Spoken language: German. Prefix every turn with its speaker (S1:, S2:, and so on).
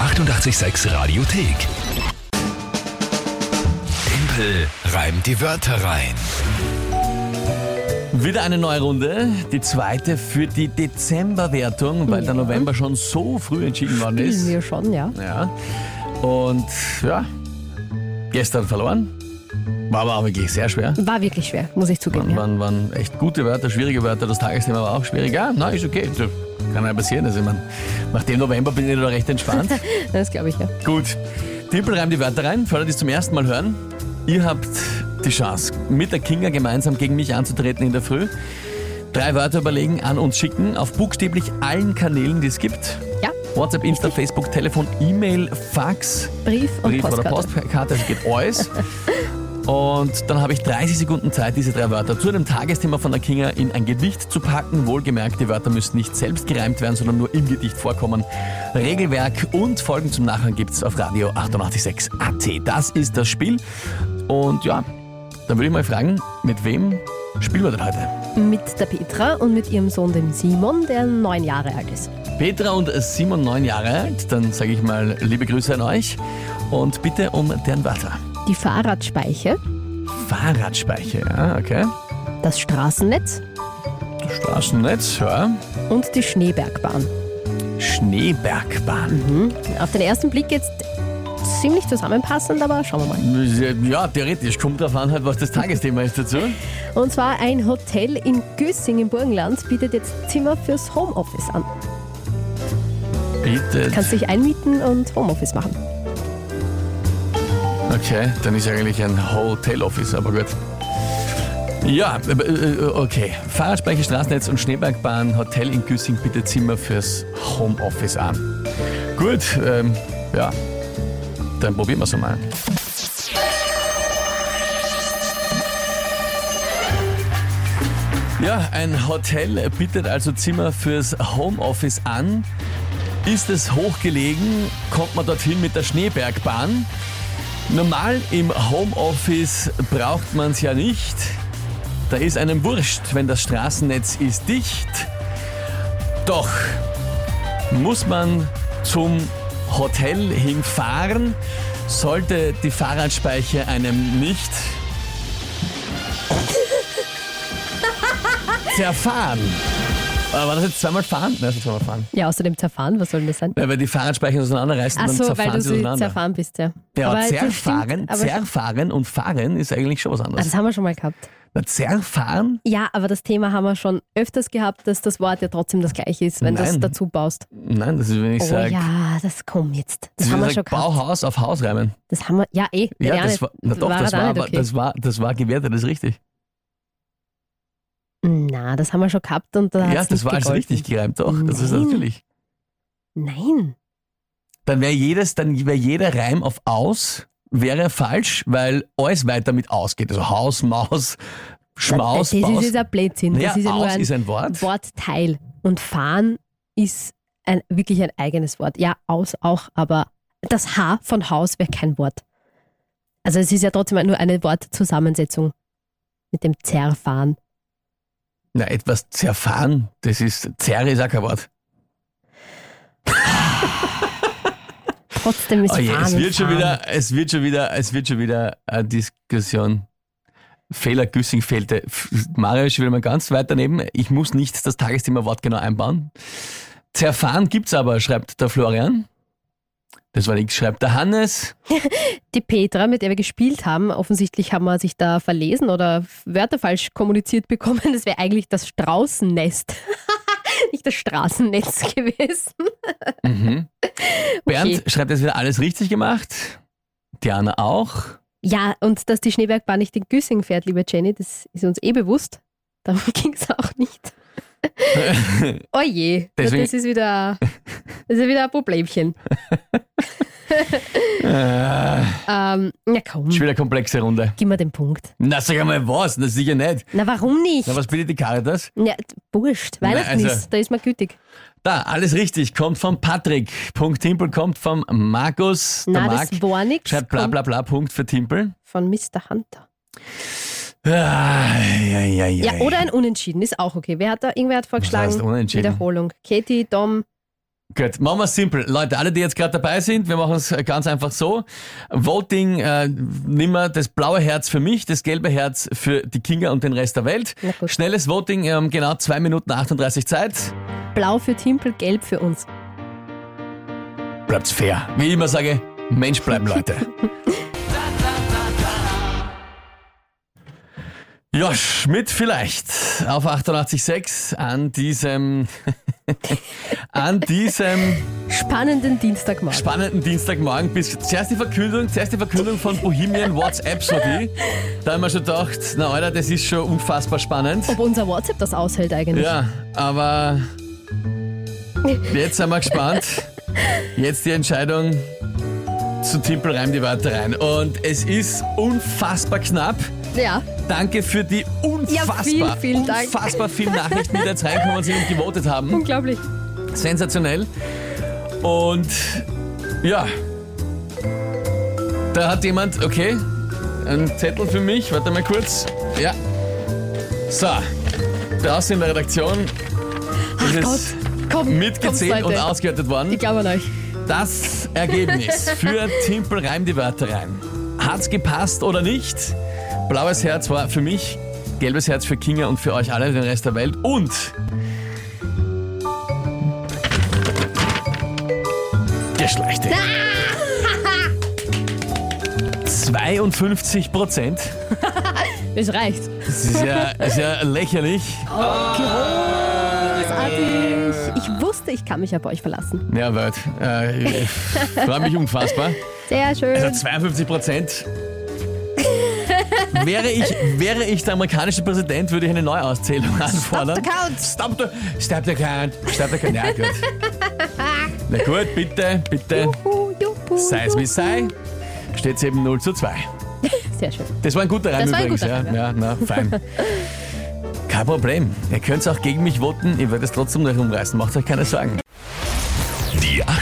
S1: 886 Radiothek. Tempel reimt die Wörter rein.
S2: Wieder eine neue Runde, die zweite für die Dezemberwertung, weil der November schon so früh entschieden worden
S3: Spielen
S2: ist.
S3: wir schon, ja.
S2: Ja. Und ja, gestern verloren. War aber auch wirklich sehr schwer.
S3: War wirklich schwer, muss ich zugeben.
S2: Waren, waren,
S3: Ja.
S2: waren echt gute Wörter, schwierige Wörter. Das Tagesthema war auch schwierig. Ja, na, ist okay. Das Kann ja passieren. Also, ich mein, nach dem November bin ich da recht entspannt.
S3: Das glaube ich, ja.
S2: Gut. Timpel reimt die Wörter rein, für alle, die es zum ersten Mal hören. Ihr habt die Chance, mit der Kinga gemeinsam gegen mich anzutreten in der Früh. Drei Wörter überlegen, an uns schicken, auf buchstäblich allen Kanälen, die es gibt.
S3: Ja,
S2: WhatsApp, Insta, Facebook, Telefon, E-Mail, Fax,
S3: Brief und
S2: Brief oder
S3: Postkarte.
S2: Postkarte, es geht alles. Und dann habe ich 30 Sekunden Zeit, diese drei Wörter zu einem Tagesthema von der Kinga in ein Gedicht zu packen. Wohlgemerkt, die Wörter müssen nicht selbst gereimt werden, sondern nur im Gedicht vorkommen. Regelwerk und Folgen zum Nachhören gibt's auf Radio 886 AT. Das ist das Spiel. Und ja, dann würde ich mal fragen, mit wem spielen wir denn heute?
S3: Mit der Petra und mit ihrem Sohn, dem Simon, der neun Jahre alt ist.
S2: Petra und Simon, neun Jahre alt. Dann sage ich mal liebe Grüße an euch und bitte um deren Wörter.
S3: Die Fahrradspeiche,
S2: Fahrradspeicher, ja, okay.
S3: das Straßennetz
S2: Straßennetz, ja.
S3: und die Schneebergbahn.
S2: Schneebergbahn.
S3: Auf den ersten Blick jetzt ziemlich zusammenpassend, aber schauen wir mal.
S2: Ja, theoretisch. Kommt drauf an, halt, was das Tagesthema ist dazu.
S3: Und zwar ein Hotel in Güssing im Burgenland bietet jetzt Zimmer fürs Homeoffice an.
S2: Bitte.
S3: Kannst dich einmieten und Homeoffice machen.
S2: Okay, dann ist eigentlich ein Hotel Office, aber gut. Ja, äh, äh, okay. Fahrradspeicher, Straßennetz und Schneebergbahn, Hotel in Güssing, bitte Zimmer fürs Homeoffice an. Gut, ähm, ja. Dann probieren wir es mal. Ja, ein Hotel bietet also Zimmer fürs Homeoffice an. Ist es hochgelegen, kommt man dorthin mit der Schneebergbahn. Normal im Homeoffice braucht man es ja nicht. Da ist einem wurscht, wenn das Straßennetz ist dicht. Doch muss man zum Hotel hinfahren, sollte die Fahrradspeiche einem nicht zerfahren. Aber war das jetzt zweimal fahren? Nein, das ist zweimal fahren.
S3: Ja, außerdem zerfahren, was soll denn das sein?
S2: Ja, weil die Fahrradspeichen auseinanderreißen und dann
S3: Achso, weil
S2: zerfahren
S3: du
S2: sie
S3: so
S2: auseinander.
S3: zerfahren bist, ja.
S2: Ja, aber
S3: das
S2: zerfahren,
S3: stimmt, aber
S2: zerfahren und fahren ist eigentlich schon was anderes.
S3: das haben wir schon mal gehabt.
S2: Na, zerfahren?
S3: Also Ja, aber das Thema haben wir schon öfters gehabt, dass das Wort ja trotzdem das gleiche ist, wenn du es
S2: Nein.
S3: dazu baust.
S2: Nein, das ist, wenn ich
S3: Oh
S2: sage,
S3: ja, das kommt jetzt. Das haben wir
S2: ich
S3: schon
S2: sag,
S3: gehabt.
S2: Bauhaus auf Haus reimen.
S3: Das haben wir, ja eh.
S2: Ja,
S3: eh
S2: das
S3: nicht.
S2: war, na doch, das
S3: da
S2: war,
S3: nicht
S2: aber,
S3: halt okay.
S2: das war, das war gewertet, das ist richtig.
S3: Na, das haben wir schon gehabt und da hat's Mhm.
S2: ja, das
S3: nicht
S2: war als
S3: gegolten.
S2: richtig gereimt, doch. Das ist
S3: Nein.
S2: natürlich.
S3: Nein.
S2: Dann wäre jedes, dann wäre jeder Reim auf aus, wäre falsch, weil alles weiter mit ausgeht. Also Haus, Maus, Schmaus,
S3: das ist
S2: Baus.
S3: jetzt ein Blödsinn.
S2: Naja,
S3: das ist ja nur
S2: aus
S3: ein,
S2: ist ein Wort.
S3: Wortteil. Und fahren ist ein, wirklich ein eigenes Wort. Ja, aus auch, aber das H von Haus wäre kein Wort. Also es ist ja trotzdem nur eine Wortzusammensetzung mit dem Zerfahren.
S2: Na, etwas zerfahren, das ist, zerre ist auch kein Wort.
S3: Trotzdem ist
S2: Oh je,
S3: fahren
S2: es
S3: und
S2: wird schon
S3: fahren.
S2: wieder, es wird schon wieder, es wird schon wieder eine Diskussion. Fehler Güssing fehlte. F- Mario ist schon wieder mal ganz weit daneben. Ich muss nicht das Tagesthema wortgenau einbauen. Zerfahren gibt's aber, schreibt der Florian. Das war nichts, schreibt der Hannes.
S3: Die Petra, mit der wir gespielt haben, offensichtlich haben wir sich da verlesen oder Wörter falsch kommuniziert bekommen. Das wäre eigentlich das Straußennest. Nicht das Straßennetz gewesen.
S2: Mhm. Bernd schreibt, es wieder alles richtig gemacht. Diana auch.
S3: Ja, und dass die Schneebergbahn nicht in Güssing fährt, liebe Jenny, das ist uns eh bewusst. Darum ging es auch nicht. Oh je, Na,
S2: Deswegen-
S3: das, ist wieder, das ist wieder ein Problemchen.
S2: äh,
S3: Ähm, na komm,
S2: schon wieder eine komplexe Runde.
S3: gib mir den Punkt.
S2: Na, sag einmal was, na sicher nicht.
S3: Na warum nicht?
S2: Na, was bietet die Caritas?
S3: ja, wurscht,
S2: Na,
S3: Weihnachten
S2: also-
S3: ist, da ist man gütig.
S2: Da, alles richtig, kommt von Patrick. Punkt Timpel kommt vom Markus.
S3: Na,
S2: der Mark
S3: das war nichts.
S2: schreibt bla bla bla Punkt für Timpel.
S3: Von Mr. Hunter.
S2: Ah, ja, ja, ja.
S3: Ja, oder ein Unentschieden ist auch okay. Wer hat da, irgendwer hat vorgeschlagen,
S2: heißt Unentschieden?
S3: Wiederholung. Katie, Dom,
S2: Gut, machen wir simpel. Leute, alle, die jetzt gerade dabei sind, wir machen es ganz einfach so. Voting, äh, nimm mal das blaue Herz für mich, das gelbe Herz für die Kinga und den Rest der Welt.
S3: Na gut.
S2: Schnelles Voting, ähm, genau 2 Minuten 38 Zeit.
S3: Blau für Timpel, gelb für uns.
S2: Bleibt's fair. Wie ich immer sage, Mensch bleiben, Leute. Josh, mit vielleicht auf 88.6 an diesem, an diesem
S3: Spannenden Dienstagmorgen.
S2: spannenden Dienstagmorgen bis zuerst die Verkündung, zuerst die Verkündung von Bohemian WhatsApp-Sody. Da haben wir schon gedacht, na Alter, das ist schon unfassbar spannend.
S3: Ob unser WhatsApp das aushält eigentlich.
S2: Ja, aber jetzt sind wir gespannt. Jetzt die Entscheidung zu Timpel reim die Wörter rein. Und es ist unfassbar knapp.
S3: Ja.
S2: Danke für die unfassbar,
S3: vielen, vielen Dank.
S2: unfassbar vielen Nachrichten, die da jetzt reinkommen und sie und gewotet haben.
S3: Unglaublich.
S2: Sensationell. Und ja, da hat jemand, okay, einen Zettel für mich. Warte mal kurz. Ja. So, draußen in der Redaktion
S3: Ach
S2: ist
S3: Gott,
S2: es
S3: komm. komm's,
S2: mitgezählt
S3: Leute.
S2: und ausgewertet worden.
S3: Ich glaube an euch.
S2: Das Ergebnis für Timpel reim die Wörter rein. Hat's gepasst oder nicht? Blaues Herz war für mich, gelbes Herz für Kinga und für euch alle, den Rest der Welt. Und Geschlechte. 52 Prozent.
S3: Es reicht.
S2: Das ist ja, ist ja lächerlich. Äh.
S3: Großartig. Ich wusste, ich kann mich auf euch verlassen.
S2: Ja, Word. Äh, ich freue mich unfassbar.
S3: Sehr schön.
S2: Also 52 Prozent. wäre, ich, wäre ich der amerikanische Präsident, würde ich eine Neuauszählung anfordern.
S3: the count.
S2: Stop the, stop the count! Stop the count! Ja, gut. Na gut, bitte, bitte.
S3: Juhu, Uh, juhu,
S2: Sei es wie es sei,
S3: juhu.
S2: steht es eben 0 zu 2.
S3: Sehr schön.
S2: Das war ein guter Reim
S3: Das war ein
S2: übrigens.
S3: guter Reim,
S2: ja, ja, na, fein. Kein Problem. Ihr könnt auch gegen mich voten. Ich werde es trotzdem noch umreißen. Macht euch keine Sorgen.
S1: Die